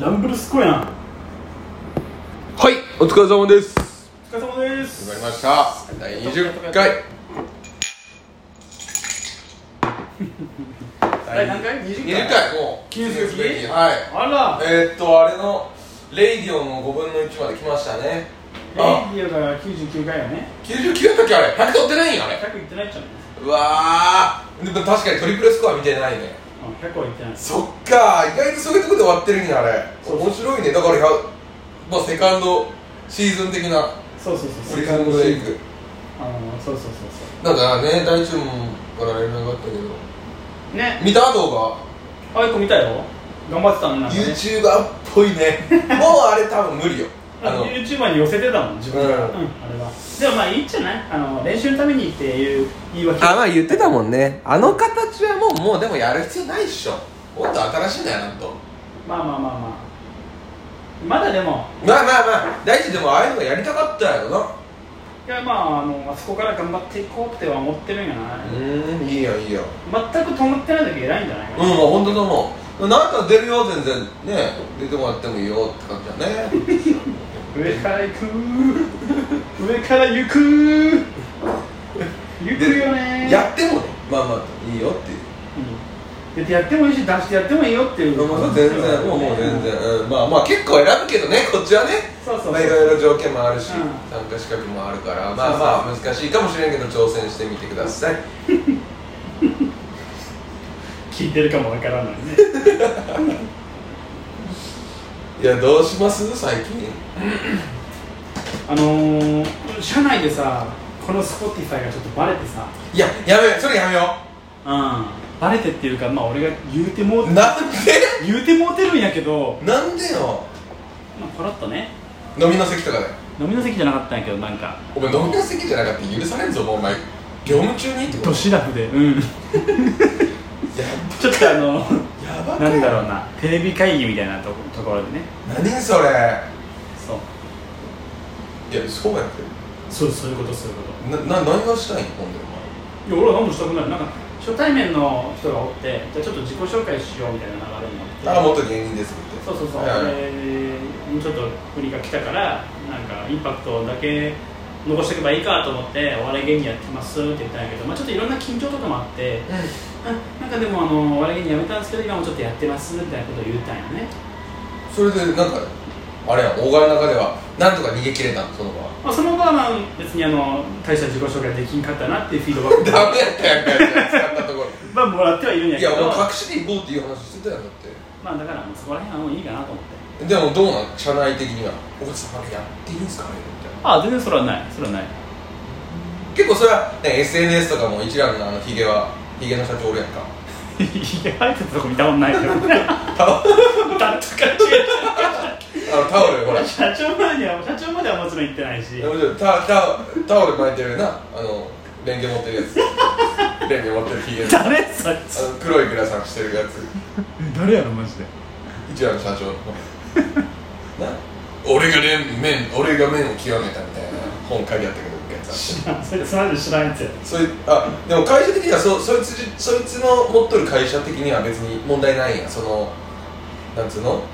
ランブルスコヤンはいお疲れ様ですお疲れ様です始まりました第20回第何回20 20回もう記念すべきはいあらえー、っとあれのレイディオの5分の1まで来ましたねあレイディオが99回やね99だったっけあれ100取ってないんやあれ100いってないっちゃうねうわーでも確かにトリプルスコア見てないねあ100はいってないそっか意外とそういうとこで終わってるんやあれそう面白いねだからや、まあ、セカンドシーズン的なそうそうそうシーズンブレイクあのそうそうそうなんかね大注文から連絡があったけどそうね見た動画あいこ見たよ頑張ってたのなんかね YouTuber っぽい ねもうあれ多分無理よあの YouTuber に寄せてたもん自分でううんんあれはでもまあいいんじゃないあの練習のためにっていう言い訳あまあ言ってたもんねあの形はもうもうでもやる必要ないっしょもっと新しいんだよなんとまあまあまあまあまだでもまあまあまあ大地でもああいうのがやりたかったやろないやまああのあそこから頑張っていこうっては思ってるんやなうーんいいよいいよ全く止まってない時偉いんじゃないうんもう本当と思うなんか出るよ全然ね出てもらってもいいよって感じだね 上から行く上から行く行くよねやってもねまあまあいいよっていううん、でやってもいいし出してやってもいいよっていうもう全然もうもう全然、うん、まあまあ結構選ぶけどねこっちはねそうそうそうまあいろいろ条件もあるし、うん参加資格もあるからうまあまあ難しいかもしれんけど挑戦してみてください聞いてるかもわからないねいやどうします最近あのー、社内でさこの Spotify がちょっとバレてさいややめようそれやめようんバレてっていうかまあ俺が言うてもううなんで言うてもうてるんやけどなんでよまあポロッとね飲みの席とかで飲みの席じゃなかったんやけどなんかお前飲みの席じゃなかったら許されんぞもうお前業務中にってことドシラフでうんや ちょっとあのやばくなんだろううなテレビ会議みたいなとこところでね何そそれういやそうやってそうそういうことそういうこなな何がしたいんほんでおといや俺は何もしたくないなんか初対面の人がおってじゃあちょっと自己紹介しようみたいな流れに前なっあて元芸人ですってそうそうそう、はいはいでちょっと国が来たからなんかインパクトだけ残しておけばいいかと思ってお笑い芸人やってますって言ったんやけど、まあ、ちょっといろんな緊張とかもあってあなんかでもあのお笑い芸人やめたんですけど今もちょっとやってますみたいなことを言ったんやねそれでなんかあれや大川の中ではなんとか逃げ切れたのその場はまあ、その場はまあ別にあの大した自己紹介できんかったなっていうフィードバ ック ダメやったやんか使ったところまあもらってはいるんや いけどやお前隠しで行こうっていう話してたやんだっまあだからそこら辺はもういいかなと思っててでもどうなん社内的には「おじさんあれやっていいんすかね?」みたいなああ全然それはないそれはない結構それは、ね、SNS とかも一覧のあのヒゲはヒゲの社長おるやんかいや入ってたとこ見たことないけどだっとか違あのタオルほらう社長までには社長まではもちろん行ってないしもちろんタタタオル巻いてるなあのレンゲ持ってるや つレンゲ持ってるヒゲのあ誰そいつの黒いグラサンしてるやつ誰やろマジで一覧の 社長な俺がね麺俺が麺を極めたみたいな本書いてあったけど一回さ知らんそいつマジで知らんやつやそれあでも会社的にはそそいつじそいつの持っとる会社的には別に問題ないんやそのなんつうの、あのー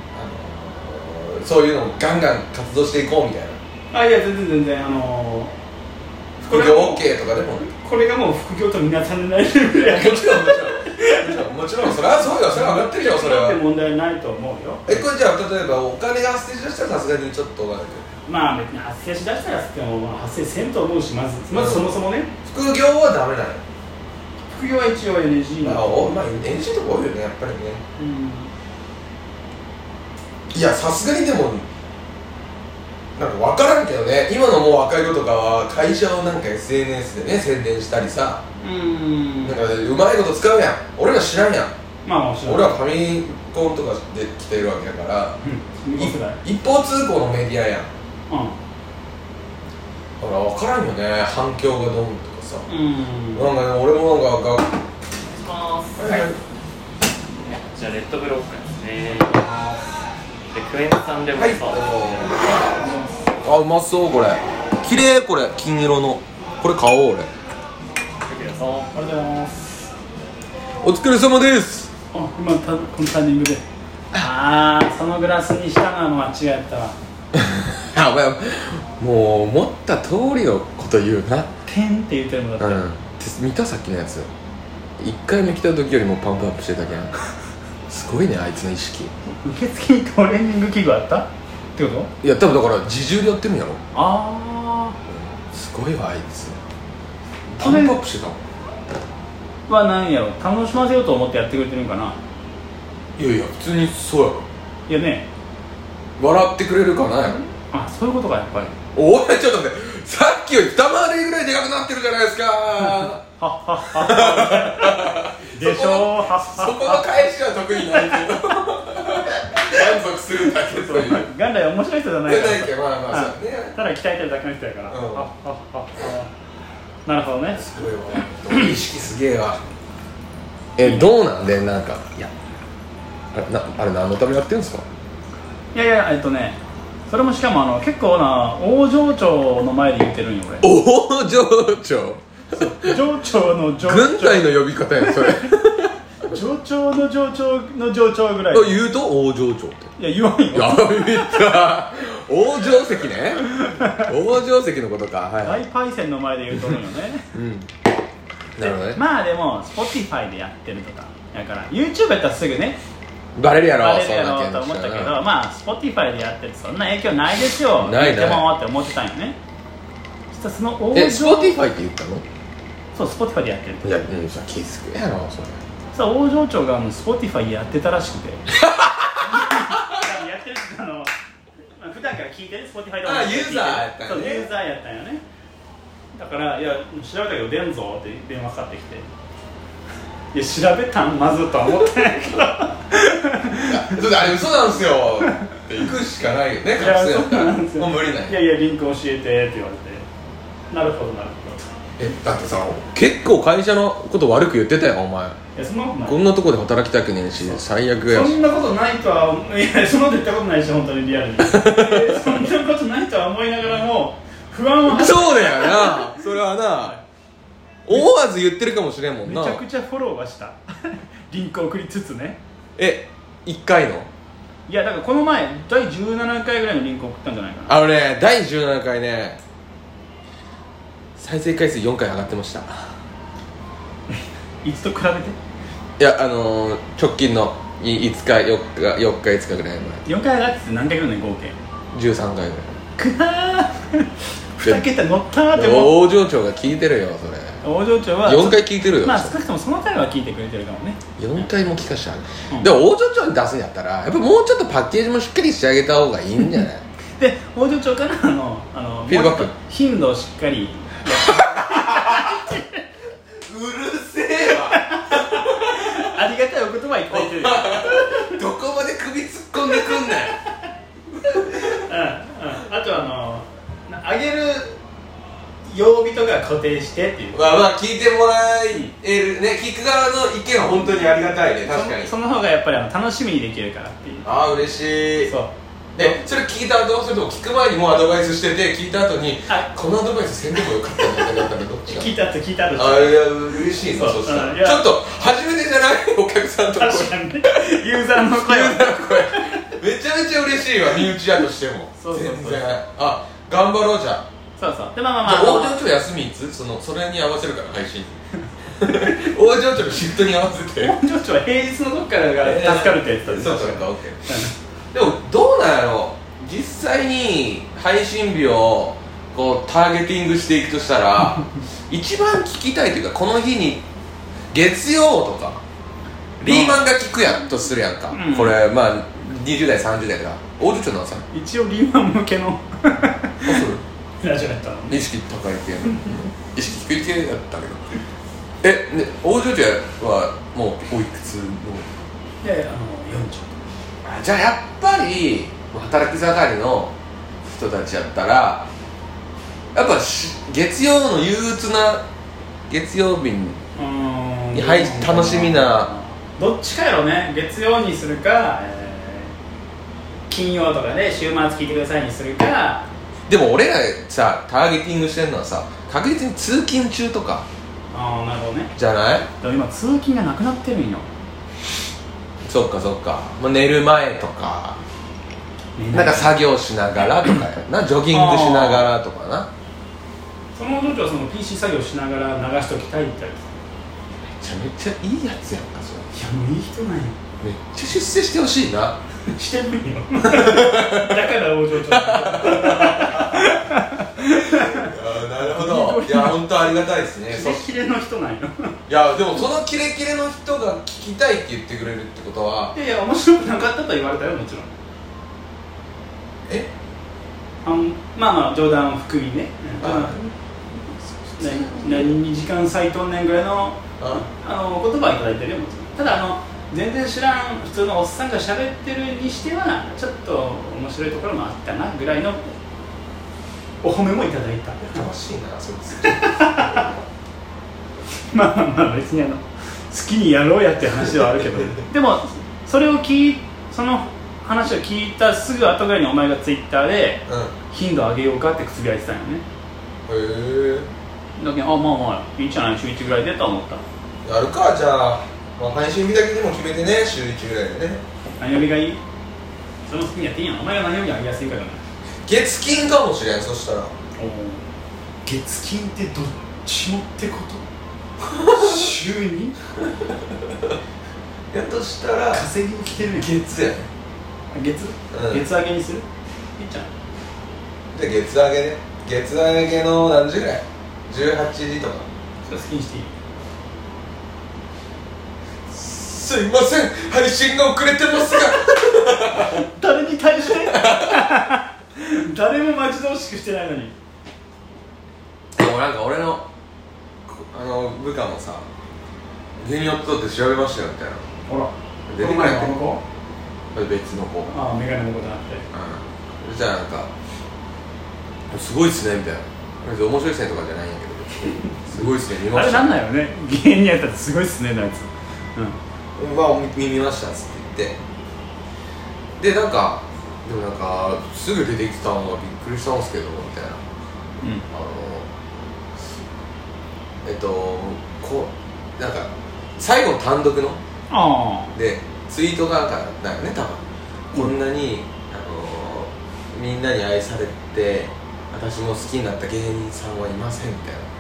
そういうのをガンガン活動していこうみたいなあいや全然全然あのー、副業 OK とかでもこれがもう副業とみなされないレベルやもちろんもちろんもちろんそれはそうよそれは上がってるよそれはだって問題ないと思うよえこれじゃあ例えばお金が発生したらさすがにちょっと上がるまあ別に発生しだしたらっつっても、まあ、発生せんと思うしまずまずそもそもね副業はダメなの副業は一応 NG なあのおまあ NG とか多いよねやっぱりねうんいやさすがにでもなんか分からんけどね今のもう若い子とかは会社をなんか SNS でね宣伝したりさうんなんかうまいこと使うやん俺ら知らんやんまあもちろん俺はファミコンとかで来てるわけだからうんい無世代一方通行のメディアやんうほら分からんよね反響がどうのとかさんうんなんかね俺もなんかがはい、じゃあレッドブロックですねでクエン酸レモンはいソーダあうまそうこれ綺麗これ金色のこれ買おう俺作るぞありがとうございますお疲れ様ですあ今たこのタイミングであああそのグラスにしたのは間違えたわあお前もう思った通りのこと言うなテンって言ってるのだったら、うんて見たさっきのやつ1回目来た時よりもパンプアップしてたけんすごいねあいつの意識受付にトレーニング器具あったってこといや多分だから自重でやってるんやろあすごいわあいつパそれンプアップしてたもんあは何やろ楽しませようと思ってやってくれてるんかないやいや普通にそうやろいやね笑ってくれるかなあそういうことかやっぱりおいちょっと待ってさっきより二回りぐらいでかくなってるじゃないです かはっはっはっはでしょはっはそこの返しは得意ないけど満足するだけという元来面白い人じゃない出からないけどまあまあそうねただ鍛えてるだけの人やから、うはんっはっはっはなるほどねすごいわ意識すげえわえどうなんでなんかいやあれなあれ何のためやってるんですかいやいやえっとねそれもしかもあの結構な大城町の前で言ってるんよおお情緒俺上長の上軍隊長の呼び方やんそ れ上長の上長の上長ぐらいと言うと大情緒っていや言わんよやめた王城石 ね王城石のことかはい、大パイセンの前で言うとるんよねうんなるほどね、でまあでも Spotify でやってるとかだから YouTube やったらすぐねバレるやろバレるやろうとそん思なっ件たけどなまあ Spotify でやっててそんな影響ないですよないないでもって思ってたんよねそしたらその大城えスポティファイって言ったのそう Spotify でやってるいやうんそれ気づくやろそれさあ王城長があの Spotify やってたらしくてあのやってるってあのまあ普段から聞いてる Spotify とかあユーザーやったんやねそうユーザーやったんよねだからいや調べたけど出んぞって電話かかってきていや調べたんまずとは思ってないけどいやそれあれ嘘なんすよって行くしかないよね いや隠すんやそっうたらなんですよもう無理ないいやいやリンク教えてって言われてなるほどなるほどえだってさ結構会社のこと悪く言ってたよお前いやそんなことないこんなとこで働きたくねえし最悪やそしんなことないとはいや そんなこと言ったことないし本当に リアルにそんなことないとは思いながらも不安はそうだよなそれはな思わず言ってるかもしれんもんめなちゃくちゃフォローはした リンク送りつつねえ1回のいやだからこの前第17回ぐらいのリンク送ったんじゃないかなあのね第17回ね再生回数4回上がってましたいつと比べていやあのー、直近のい5日4日4日5日ぐらい4回上がってて何回ぐらいの合計前13回ぐくな ー2桁乗ったーらっいてで思う王上長が聞いてるよそれ王城長は4回聞いてるよ、まあ少なくともその回は聞いてくれてるかもね4回も聞かした、うんでも王女町に出すんやったらやっぱもうちょっとパッケージもしっかりしてあげた方がいいんじゃないで王城長からあのあのフィードバッもうちクょっと頻度をしっかりうるせえわありがたいお言葉いっぱい言ってるよどこまで首突っ込んでくんなようんうんあとあのな上げる曜日とか固定してっていうまあまあ聞いてもらえるね聞く側の意見は本当にありがたいね確かにそのその方がやっぱりあの楽しみにできるからっていうああ嬉しいそうでそれ聞いた後それとも聞く前にもうアドバイスしてて聞いた後にあこのアドバイスせんでもよかったんじゃなかったけどどっちが聞いたと聞いたとあいや嬉しいねそうそしたうらんいやちょっと初めてじゃない お客さんとこう確かに ねユーザーの声はめちゃめちゃ嬉しいわ身内だとしてもそうそうそう全然あ頑張ろうじゃあそうそうでまあまあじゃあまあ王女長休みいつそのそれに合わせるから配信 王女長のシフトに合わせて本庄町は平日のとこからが助かるって言ってたんですそうそうか OK でもどうなんやろう実際に配信日をこうターゲティングしていくとし たら一番聞きたいというかこの日に月曜とかリーマンが聞くやんとするやんか、うんこれまあ20代30代から王女長のさ一応リーマン向けのラジオやったの意識高い系の意識低い系だったけどえね王女長はもうおいくつのいやいやあの40あじゃあやっぱり働き盛りの人たちやったらやっぱし月曜の憂鬱な月曜日にうーんはい楽しみなどっちかやろね月曜にするか、えー金曜とかで週末聞いてくださいにするかでも俺らさターゲティングしてるのはさ確実に通勤中とかああなるほどねじゃないでも今通勤がなくなってるんよそそっかそっか、まあ、寝る前とかなんか作業しながらとかやなジョギングしながらとかなその女はその PC 作業しながら流しておきたいってやつめちゃめちゃいいやつやんかそれいやもういい人なんよめっちゃ出世してほしい な してるんよだから往生長なるほどいや本当ありがたいです ねそキレキレの人なんよいやでもそのキレキレの人が聞きたいって言ってくれるってことはいやいや面白くなかったと言われたよもちろんえあのまあまあ冗談を含みねあうんな何に時間割いとんねんぐらいのああのお言葉をいただいてるよもちろんただあの全然知らん普通のおっさんが喋ってるにしてはちょっと面白いところもあったなぐらいのお褒めもいただいた楽しいなそいつまあまあ別にあの好きにやろうやっていう話ではあるけど でもそれを聞いその話を聞いたすぐ後ぐらいにお前がツイッターでうんへ頻度上げようかってつぶやいてたんよねえだけどあまあまあいいんじゃない週1ぐらいでとは思ったやるかじゃあ、まあ、配信日だけでも決めてね週1ぐらいでね何曜日がいいその好きにやっていいやんお前が何曜日上げやすいからな月金かもしれんそしたら月金ってどっちもってこと 週にやとしたら稼ぎに来てるやん月やね月、うん月上げにするいいじゃんじゃあ月上げね月上げの何時ぐらい18時とかそれ好きにしていいすいません配信が遅れてますが誰に対して 誰も待ち遠しくしてないのにでもなんか俺のこあの部下もさ全員夫って調べましたよみたいなほら出てここないっての子これ別の子あがあ眼鏡の子じゃなくてうんじゃあなんか「すごいっすね」みたいな別に面白いっすねとかじゃないんや けどすごいっすね見まあれしたなんなんよね芸人やったらすごいっすねなやつうんまあ見見ましたっつって言ってでなんかでもなんかすぐ出てきたのがびっくりしたんですけどみたいなうんあのえっとこうなんか最後の単独のあでツイートがなんかだよね多分こんなに、あのーみんなに愛されて私も好きになった芸人さんはいませんみ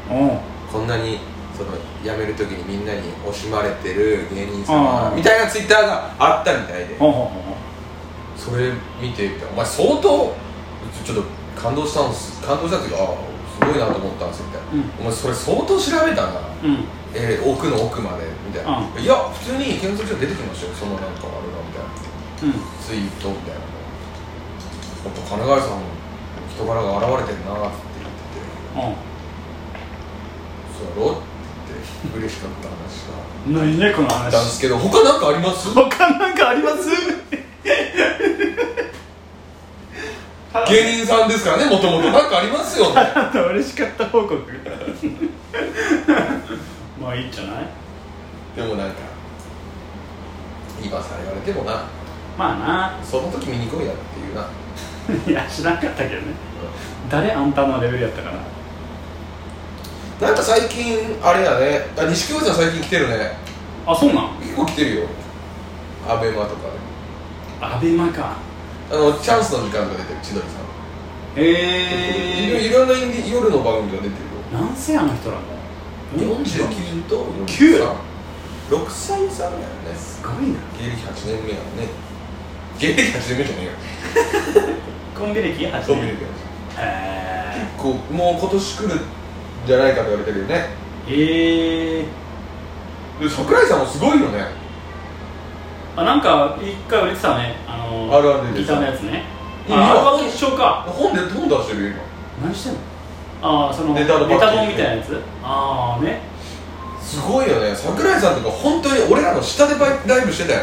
たいあなうんこんなにその辞める時にみんなに惜しまれてる芸人さんあはーみたいなツイッターがあったみたいでほうほうほうほそれ見てみたいなお前相当ちょちょっと感動したんです感動したっていうかあーすごいなと思ったんですみたいな、うんお前それ相当調べたなううんえー奥の奥までみたいな、いや普通に検索書出てきましたよそのなんかあれがみたいなうんツイートみたいなやっぱ金貝さん人柄が現れてるなって言っててそうやろって言って嬉しかった話がうん何ねこのあったんで話すけど他なんかあり ます他なんかあります芸人さんですからねもともとなんかありますよねあなた嬉しかった報告 まあいいんじゃないでもなんか今さ言われてもなまあその時見に来いやっていうなないや知らんかったけどね誰あんたのレベルやったかななんか最近あれやねあ錦鯉さん最近来てるねあそうなん結構来てるよアベマとかでアベマかあのチャンスの時間とか出てる千鳥さんいろええいろんなインディ夜の番組が出てるよー、なんせあの人らも49と九6歳差だよねすごいな芸歴8年目やね芸歴8年目じゃねえよコンビ歴8コンビ年歴へこうもう今年来るんじゃないかと言われてるよねえー、えー、で桜井さんもすごいよねあなんか一回売れてたねあのー、 R1 でギターのやつねいやああれは決勝か本で本出してるよ何してんのああそのネタのパッケージ本みたいなやつああね今すごいよね桜井さんとか本当に俺らの下でバイライブしてたよ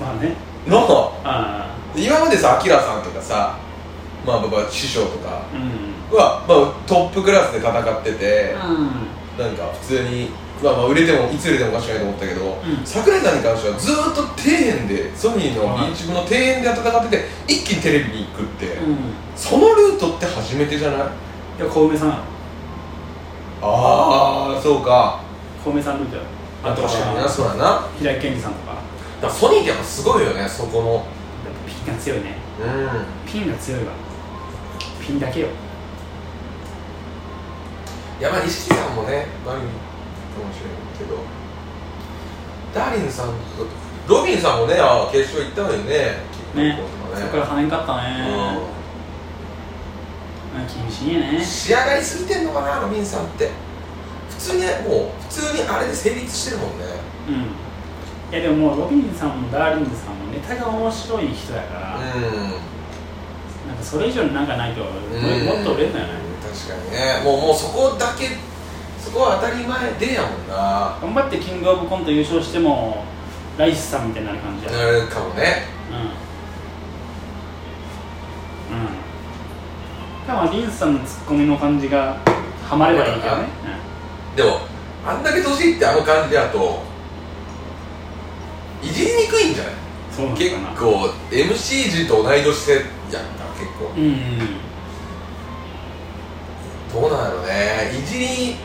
まあねなああ今までさアキラさんとかさまあまあ師匠とかあうんは、まあ、トップクラスで戦ってて、うんなんか普通に、まあ、まあ売れてもいつ売れてもおかしくないと思ったけど、ん桜井さんに関してはずーっと底辺でソニーのはいビーチ部の底辺で戦ってて一気にテレビに行くって、うんそのルートって初めてじゃないいや小梅さんああそうか小梅さんルートよあと確かになはそうだな平井堅二さんとかからソニーってやっぱすごいよねそこのやっぱピンが強いねうんピンが強いわピンだけよやばい錦さんもねバミかもしれないけどダーリンさんとロビンさんもねあ決勝行ったのにねねねそこから跳ねんかったねうあ厳しいねん仕上がりすぎてんのかなロビンさんって普通にねもう普通にあれで成立してるもんねうんいやでももうロビンさんもダーリンズさんもネタが面白い人だから、うなんかそれ以上になんかないともんもっと売れるんだよね確かにねもうもうそこだけそこは当たり前でやもんな頑張ってキングオブコント優勝してもライスさんみたいになる感じだなるかもねうんうんでもリンスさんのツッコミの感じがハマればいいけどね、でもあんだけ年いってあの感じだといじりにくいんじゃないうん、そうなの結かな構 MC 陣と同い年でやった結構うんうんどうなんだろうねいじりい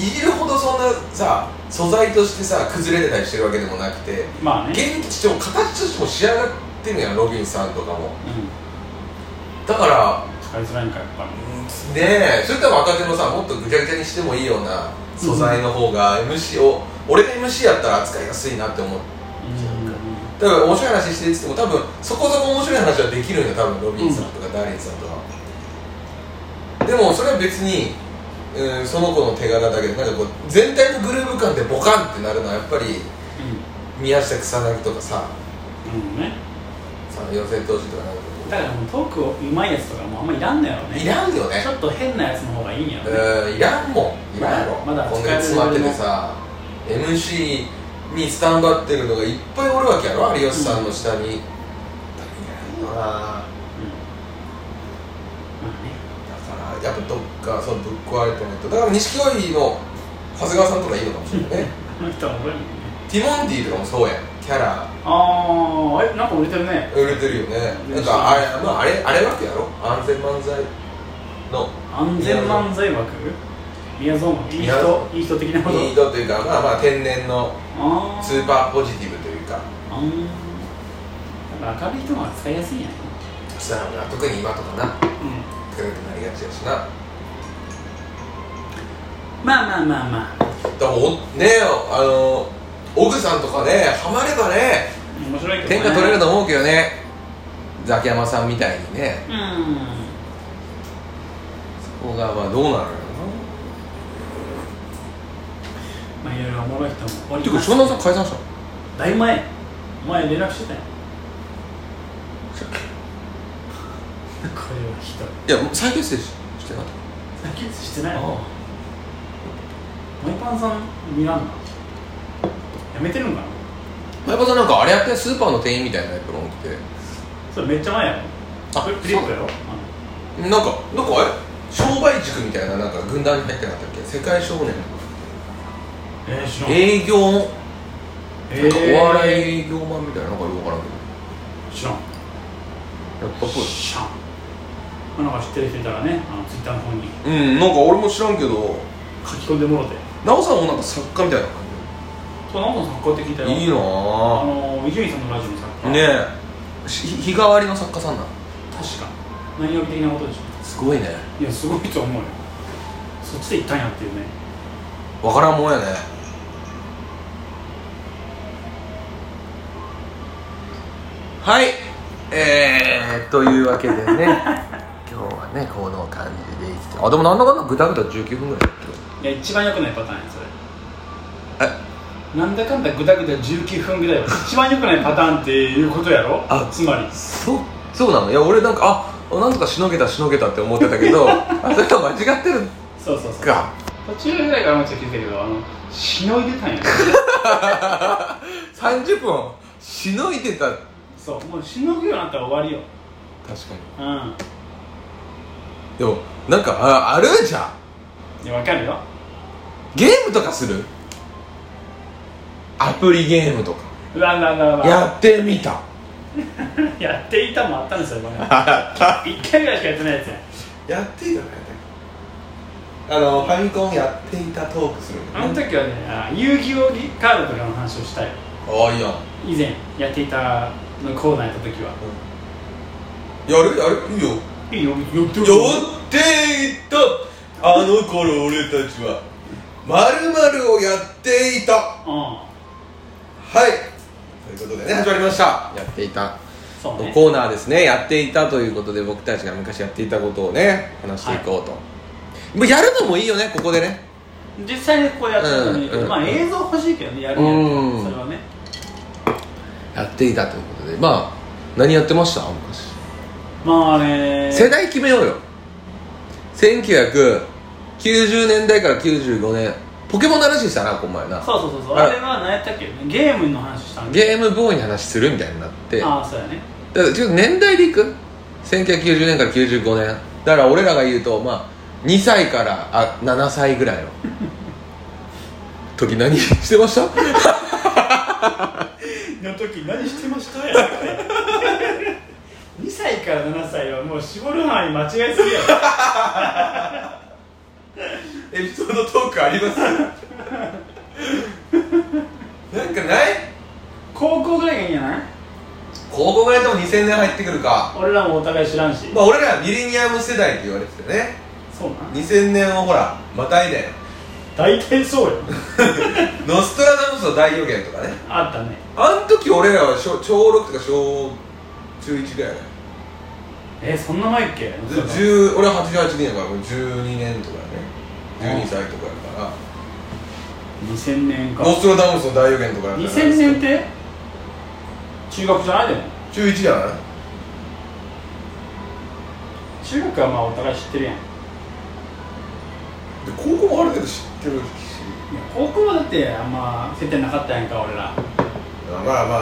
じるほどそんなさ素材としてさ崩れてたりしてるわけでもなくてまあね、現地としても形としても仕上がってるやんロビンさんとかもうん、だから使いづらいんかやっぱりうんねえそれとも若手のさもっとぐちゃぐちゃにしてもいいような素材の方が MC を、俺が MC やったら扱いやすいなって思ううだから面白い話してっつっても多分そこそこ面白い話はできるんよ多分ロビンさんとかダーリンさんとか、でもそれは別に、うん、その子の手柄だけどなんかこう全体のグルーヴ感でボカンってなるのはやっぱり宮下草薙とかさんうん、うんねその予選投手とかなんかだからもうトークうまいやつとかもうあんまいらんのやろねいらんよねちょっと変なやつの方がいいんやろねうんいらんもんいらんやろ、まだこんなに詰まっててさ MC にスタンバってるのがいっぱいおるわけやろ有吉さんの下に、いらんようんなまあねだからやっぱどっかそのぶっ壊れてもとだから錦鯉の長谷川さんとかいいのかもしれないねあの人は覚えるねティモンディとかもそうやんキャラあああれなんか売れてるね売れてるよねなんかあれ,、まあ、あれあれ枠やろ安全漫才の安全漫才枠みやぞんいい宮人園いい人的なことリードというかまあまあ天然のあスーパーポジティブというかああんなんか明るい人が使いやすいんやねそうなのかな特に今とかなう暗んくなりがちやしなだかまあまあまあまあらおねあのオグさんとかねハマればね面白いけどね天下取れると思うけどねザキヤマさんみたいにねうんここがまあどうなるのかまあいろいろおもろい人もおなりてかます湘南さん解散したのだいぶ前お前連絡してたよこれはひどいいやもう再結成ししてなかった解決してないのあモイパンさん見らんなやめてるんかなあ前場さんなんかあれやってスーパーの店員みたいなやつが多くてそれめっちゃ前やろあフリップやろなんかなんかあれ商売塾みたいななんか軍団に入ってなかったっけ世界少年えー、知らん営業のなんかお笑いい営業マンみたいななんかよくわからんけ知らんどやったっぽ知らんまあなんか知ってる人いたらねあのツイッターの方にいうんなんか俺も知らんけど書き込んでもろてなおさんもなんか作家みたいなそうなんかさこうやって聞いたよ感じいいなあぁの伊集院さんのラジオの作家ねえし日替わりの作家さんなの確か何曜日的なことでしょすごいねいやすごいと思うよそっちで行ったんやっていうねわからんもんやねはいえー、というわ けでね今日はねこの感じでいきてあでもなんだかんだぐだぐだ19分ぐらいいや一番良くないパターンやそれえなんだかんだぐだぐだ19分ぐらいは一番良くないパターンっていうことやろあつまりそうそうなのいや俺なんかあなんとかしのげたしのげたって思ってたけ どあそれは間違ってるそうそうそうか途中ぐらいからもうちょっと聞いたけどあのしのいでたんやね30分をしのいでた確そうもうしのぐようになったら終わりよかにうでもなんかああるじゃんんいやわかるよゲームとかするアプリゲームとかうわうわうわうわやってみ たやっていたもあったんですよこれ一回ぐらいしかやってないやつややっていたねあのファミコンやっていたトークするあの時はねあ遊戯王カードとかの話をしたいああいいやん以前やっていたのコーナーやった時はやるやるいいよいいよ寄って寄っていたあの頃俺たちは〇〇をやっていたはあいということでね始まりましたやっていたそうねコーナーですねやっていたということで僕たちが昔やっていたことをね話していこうと、もうやるのもいいよねここでね実際にこうやってたのに、うんうんまあ映像欲しいけどねやるんやったらうんそれはねやっていたということでまあ何やってました昔まあね世代決めようよ1990年代から95年ポケモンの話したなこの前なそうそうそうそうああれは何やったっけゲームの話したんゲームボーイの話するみたいになってだかああそうやねらちょっと年代でいく1990年から95年だから俺らが言うとまあ2歳からあ7歳ぐらいの時何してましたの時何してま したやって2歳から7歳はもう絞る範囲間違いすぎやろエピソードトークありますなんかない高校ぐらいがいいんじゃない高校ぐらいでも2000年入ってくるか俺らもお互い知らんし、まあ俺らミレニアム世代って言われててねそうなん2000年をほらまたいで大体そうよノストラダムスの大予言とかねあったねあん時俺らは小小6とか小中1ぐらいだよえそんな前っけず10俺は88年やから俺12年とかやね12歳とかやか2000年からノストラダムスの大予言とかやから2000年って中学じゃないでも中1じゃない中学はまあお互い知ってるやんいやで高校もある程度知ってるし高校はだってあんま接点なかったやんか俺らまあまあまあまあ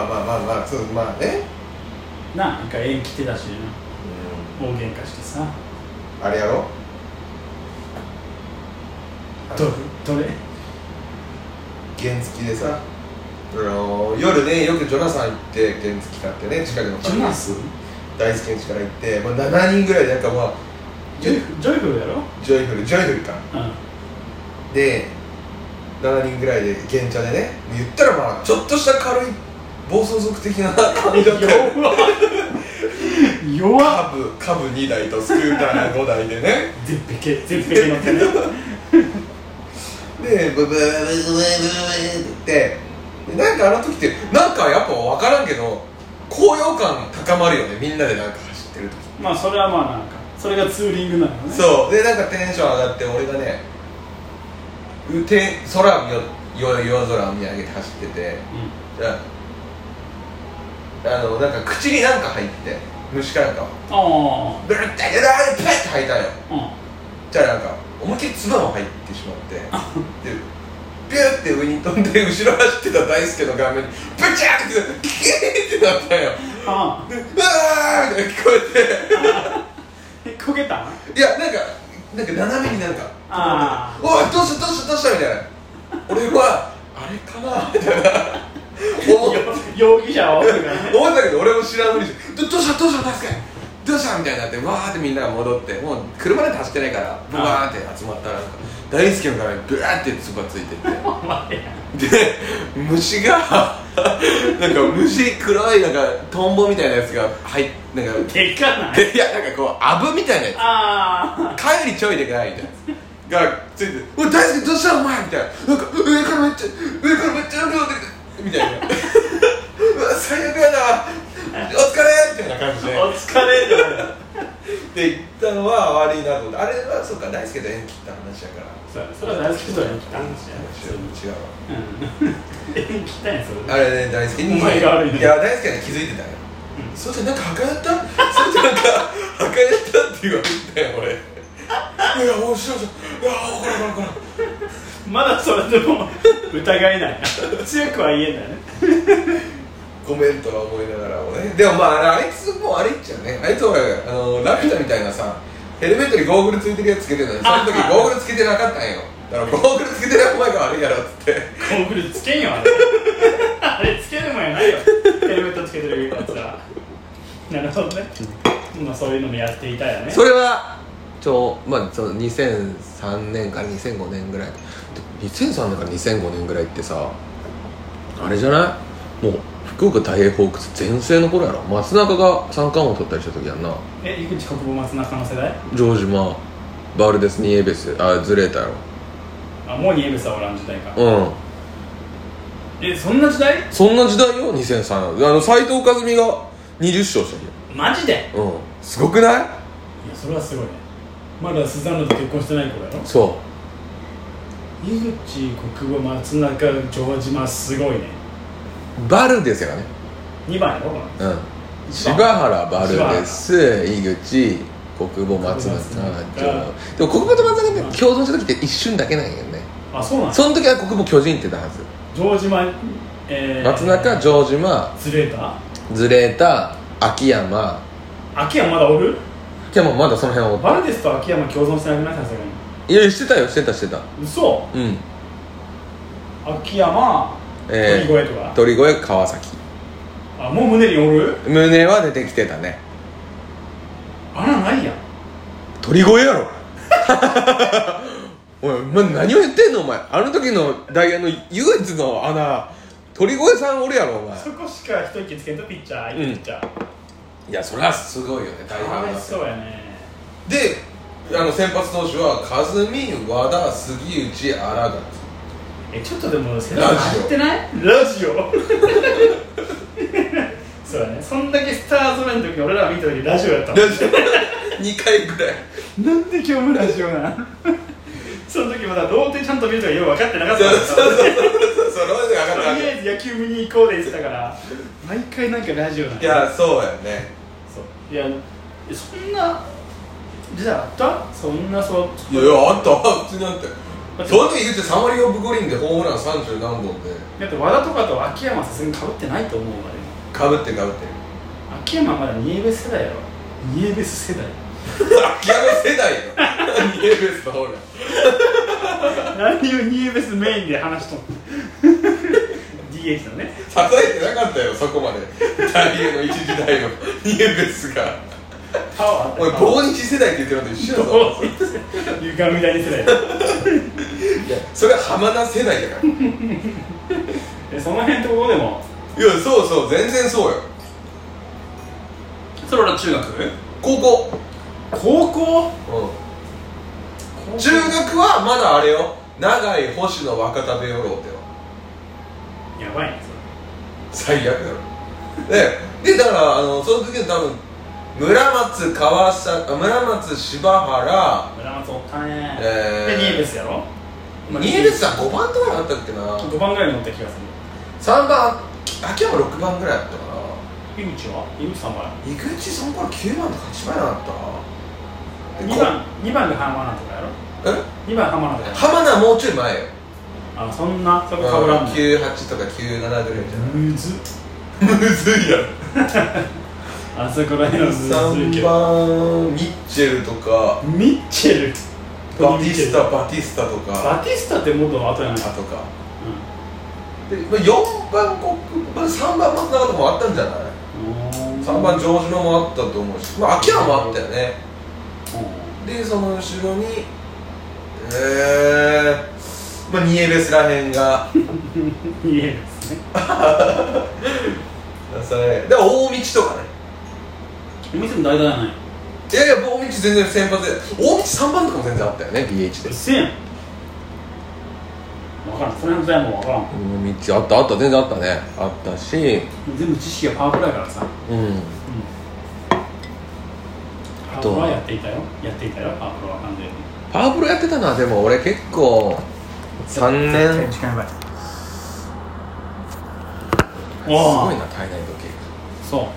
まあそうまあねなあ一回縁切ってたしう大喧嘩してさんあれやろどどれ原付きでさあの夜ねよくジョナサン行って原付き買ってね近くのジョナサン大好きな力行って、まあ、7人ぐらいでなんかまあジジョョイフジョイフルやろジョイフルジョイフルかうんで7人ぐらいで現茶でね言ったらまあちょっとした軽い暴走族的な髪型弱っカブカブ2台とスクーター5台でね絶壁絶壁の手ねでブブーブブーブブーって言ってでなんかあの時ってなんかやっぱ分からんけど高揚感高まるよねみんなでなんか走ってる時まあそれはまあなんかそれがツーリングなのねそうでなんかテンション上がって俺がねうて空を見よ夜夜空を見上げて走っててうんじゃああのなんか口になんか入って虫かなんかをあブルッてやだーペッて吐いたんよあうんじゃあなんか思いっきり唾も入ってしまってでビューって上に飛んで後ろ走ってた大輔の顔面にブチャーってキキーってなったんよああでうわーって聞こええこけたていやなんかなんか斜めになんかあおいどうしたどうしたどうしたみたいな俺はあれかなみたいな思あっ容疑者はおるからね思ったけど俺も知らんふりしてどどうしたどうした助けどうしたみたいになってわーってみんなが戻ってもう車なんて走ってないからブワーって集まったらなんか大好きのからブワーってつばついてってお前やで虫がなんか虫黒いなんかトンボみたいなやつが入っなんかでっかないでいやなんかこうアブみたいなやつあ帰りちょいでかいみたいながついて「おい大好きどうしたお前」みたいななんか上からめっちゃ上からめっちゃ上から出てみたいなうわ最悪やなお疲れみたいな感あおじで疲れじゃないで行ったのは悪いなと思ってあれはそうか大輔と縁切った話やからそうそれは大好きとは言ったんですよ違うわうん聞きたいんそれあれね大輔にお前が悪いねや大輔に気づいてたよ、うんそれでなんか墓やったそれでなんか墓やったって言われたよ俺いやおいしろしろいやおこらこらこらまだそれでも疑えないな強くは言えないねごめんとは思いながらもねでもまああれあいつもうあれっちゃうねあいつ俺あのラピュタみたいなさヘルメットにゴーグルついてるやつつけてたのにその時あゴーグルつけてなかったんよだからゴーグルつけてないお前が悪いやろっつ ってゴーグルつけんよあれあれつけるもんやないよヘルメットつけてるやつはなるほどねまあそういうのもやっていたよねれはちょまあその2003年から2005年ぐらい2003年から2005年ぐらいってさあれじゃないもう福岡大英ホークス全盛の頃やろ松中が三冠王取ったりした時やんなえ井口国語松中の世代城島バルデスニエベスあずれたやあもうニエベスはおらん時代か、ろうんえそんな時代そんな時代よ2003あの斎藤和美が20勝したマジでのうんすごくないいやそれはすごいねまだスザンヌと結婚してない頃やろそ井口国語松中城島すごいねうバルデスやからね2番やろこのうん一柴番原バルデス井口国国母松母松中中でも国母と松中って共存した時って一瞬だけなんよねあそうなんやその時は国母巨人って言ったはず城島、えー、松中城島ズレータズレータ秋山秋山まだおる秋山もまだその辺をバルデスと秋山共存してなくないさすがにいやしてたよしてたしてた嘘うん秋山鳥え越とかー、、鳥越川崎あもう胸におる胸は出てきてたねあらないやん鳥越やろ お前、ま、何を言ってんのお前あの時のダイヤの唯一の穴鳥越さんおるやろお前そこしか一息つけんとピッチャーうんピッチャー、いやそれはすごいよね大かわいでそうやねあの先発投手は和美和田杉内荒 垣えちょっとでも世代変わってないラジオ そうやねそんだけスター揃えの時に俺ら見た時ラジオやったもん2回ぐらいなんで今日もラジオなん その時まだ童貞ちゃんと見るとかよく分かってなかったそうからそうそうそうその上がとり上あえず野球見に行こうで言ってたから毎回なんかラジオなんいやそうやねそういやそんなじゃああったそんなそういやいやあった普通にあったよだってその時言ってサマリオブ五輪でホームラン30何本でだって和田とかと秋山はさすがにかぶってないと思うわでもか ぶってかぶって秋山はまだニエベス世代やろニエベス世代秋山世 代よニエベスとホームラン何をニエベスメインで話しとんの DH のね支えてなかったよそこまで大英の一時代のニエベスがパワーあったおいパワー棒日世代って言ってるのと一緒だぞ棒床みたいに世代いやそれは浜田世代だからいえその辺ってことでもやそうそう全然そうよそれ俺中学高校、高校うん、中学はまだあれよ長い星野若田部与郎ってよやばいねそれ最悪だろででだからあのその時の多分村松川さあ村松柴原村松おったねえーでニエベスやろニエベスさん5番とかにあったっけな5番ぐらいに乗った気がす3番秋山6番ぐらいだったかなる井口は井口さんは井口その頃9番とか8番やなかった2番二番が浜名とかやろえ2番浜名とか浜名もうちょい前よあそんなそこかぶらんの98とか97ぐらいじゃないむずっむずいやろあそこら辺はむずいけ3ど番ミッチェルとかミッチェルバティスタバティスタとかバティスタって元の後やないあとかでまあ4番国まあ3番松永とかもあったんじゃない3番うん城島もあったと思うし、まあ、秋山もあったよねでその後ろにえー、まあニエベスらへんがニエベスねそれで大道とかねお店も代打やないいやいや大道全然先発で大道3番とかも全然あったよね DH うっせえやん分からんその辺の代も分からん大道あったあった全然あったねあったし全部知識がパワフルやからさうんパワとプロはやっていたよやっていたよパワプロは完全にパワプロやってたのはでも俺結構3年す時間やばいごおいおな体内時そ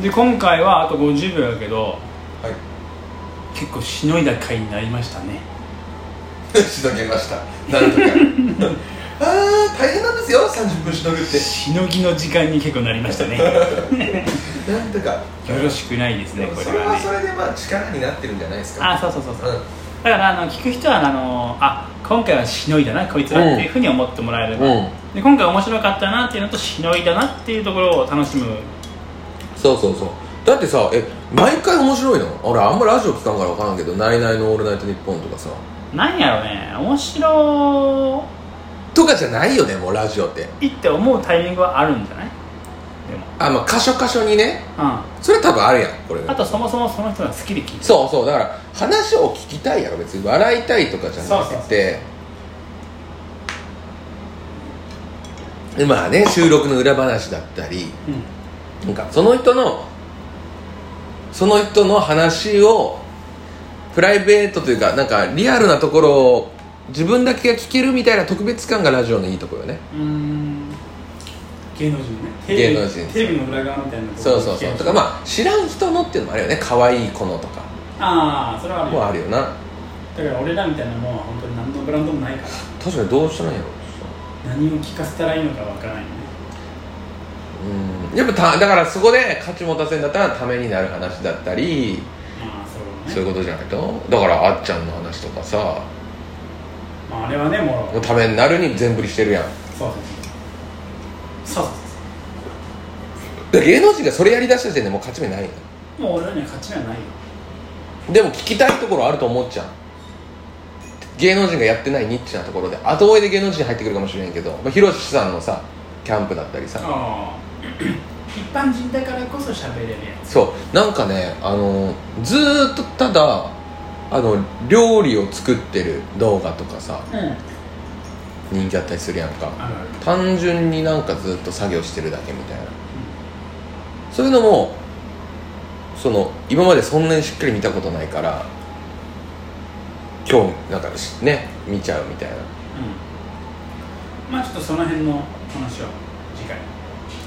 うで今回はあと50秒やけど計はい 結構しのいだ回になりましたねしのげましたなんとか あー大変なんですよ30分しのぐってしのぎの時間に結構なりま したねなんとかよろしくないですねこそれれははねそれでまあ力になってるんじゃないですかあそうそうそうそううんだからあの聞く人はあのあ今回はしのいだなこいつらっていうふうに思ってもらえれば、うんで今回面白かったなっていうのとしのいだなっていうところを楽しむそうそうそうだってさえ毎回面白いの俺あんまラジオ聞かんから分からんけど「ナイナイのオールナイトニッポン」とかさなんやろうね面白とかじゃないよねもうラジオっていって思うタイミングはあるんじゃないあまあ箇所箇所にねあそれは多分あるやんこれとそもそもその人が好きで聞いてそうそうだから話を聞きたいやろ別に笑いたいとかじゃなそうそうくてでまあね収録の裏話だったりうんなんかその人のその人の話をプライベートというかなんかリアルなところを自分だけが聞けるみたいな特別感がラジオのいいところよねうーん芸能人ね芸能人テレビの裏側みたいなそうそうそうとかあまあ知らん人のっていうのもあるよね可愛い子のとかあーそれはあるもよあるよなだから俺らみたいなもんは本当に何のブランドもないから確かにどうしたらいいんやろ何を聞かせたらいいのかわからないよねうんやっぱただからそこで価値持たせるんだったらためになる話だったりまあそうそうねいうことじゃないとだからあっちゃんの話とかさまああれはねもうためになるに全振りしてるやんそうそうそうそうそうで芸能人がそれやりだした時点でもう勝ち目ないよそうもう俺らには勝ち目はないよでも聞きたいところあると思っちゃう芸能人がやってないニッチなところで後追いで芸能人入ってくるかもしれんけどまあひろしさんのさキャンプだったりさああ一般人だからこそ喋れるやそうなんかねあのずーっとただあの料理を作ってる動画とかさつうん人気あったりするやんかあるある単純になんかずっと作業してるだけみたいなそういうのもその今までそんなにしっかり見たことないから今日なんかしね見ちゃうみたいなだうんまあちょっとその辺の話は次回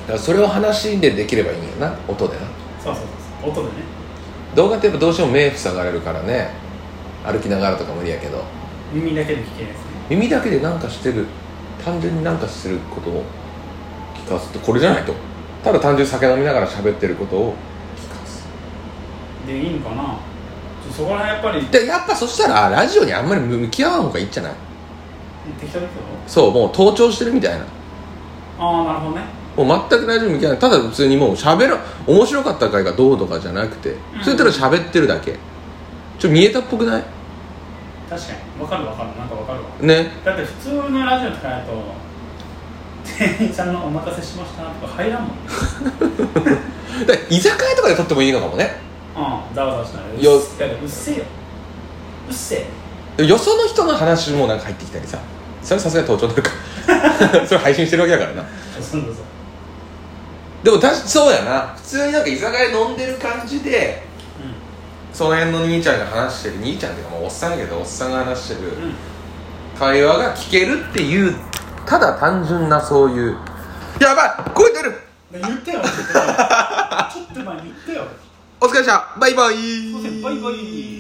からそれを話でできればいいんやな音でなそうそうそうそう音でね動画ってやっぱどうしても目塞がれるからね歩きながらとか無理やけど耳だけで聞けないですね耳だけでなんかしてる単純になんかすることを聞かすってこれじゃないとただ単純に酒飲みながら喋ってることを聞かすでいいのかなちょそこら辺やっぱりでやっぱそしたらラジオにあんまり向き合わん方がいいんじゃない適当ですよそうもう盗聴してるみたいなああなるほどねもう全くラジオに向き合わないただ普通にもう喋る面白かった回がどうとかじゃなくてんそれたら喋ってるだけちょっと見えたっぽくない確かにわかるわかるなんかわかるわねだって普通のラジオとかやと店員さんの「お待たせしました」とか入らんもんねだから居酒屋とかで撮ってもいいのかもねうんざわざわしないようっせえうっせえようっせえでもよその人の話もなんか入ってきたりさそれさすがに盗聴になるかそれ配信してるわけだからなそうそうそうでも確かそうやな普通になんか居酒屋で飲んでる感じでその辺の兄ちゃんが話してる兄ちゃんっていうかもうおっさんやけどおっさんが話してるうんうん会話が聞けるっていうただ単純なそういうやばい声出る言ってよちょっと前に言ってよお疲れ様バイバイすいませんバイバイ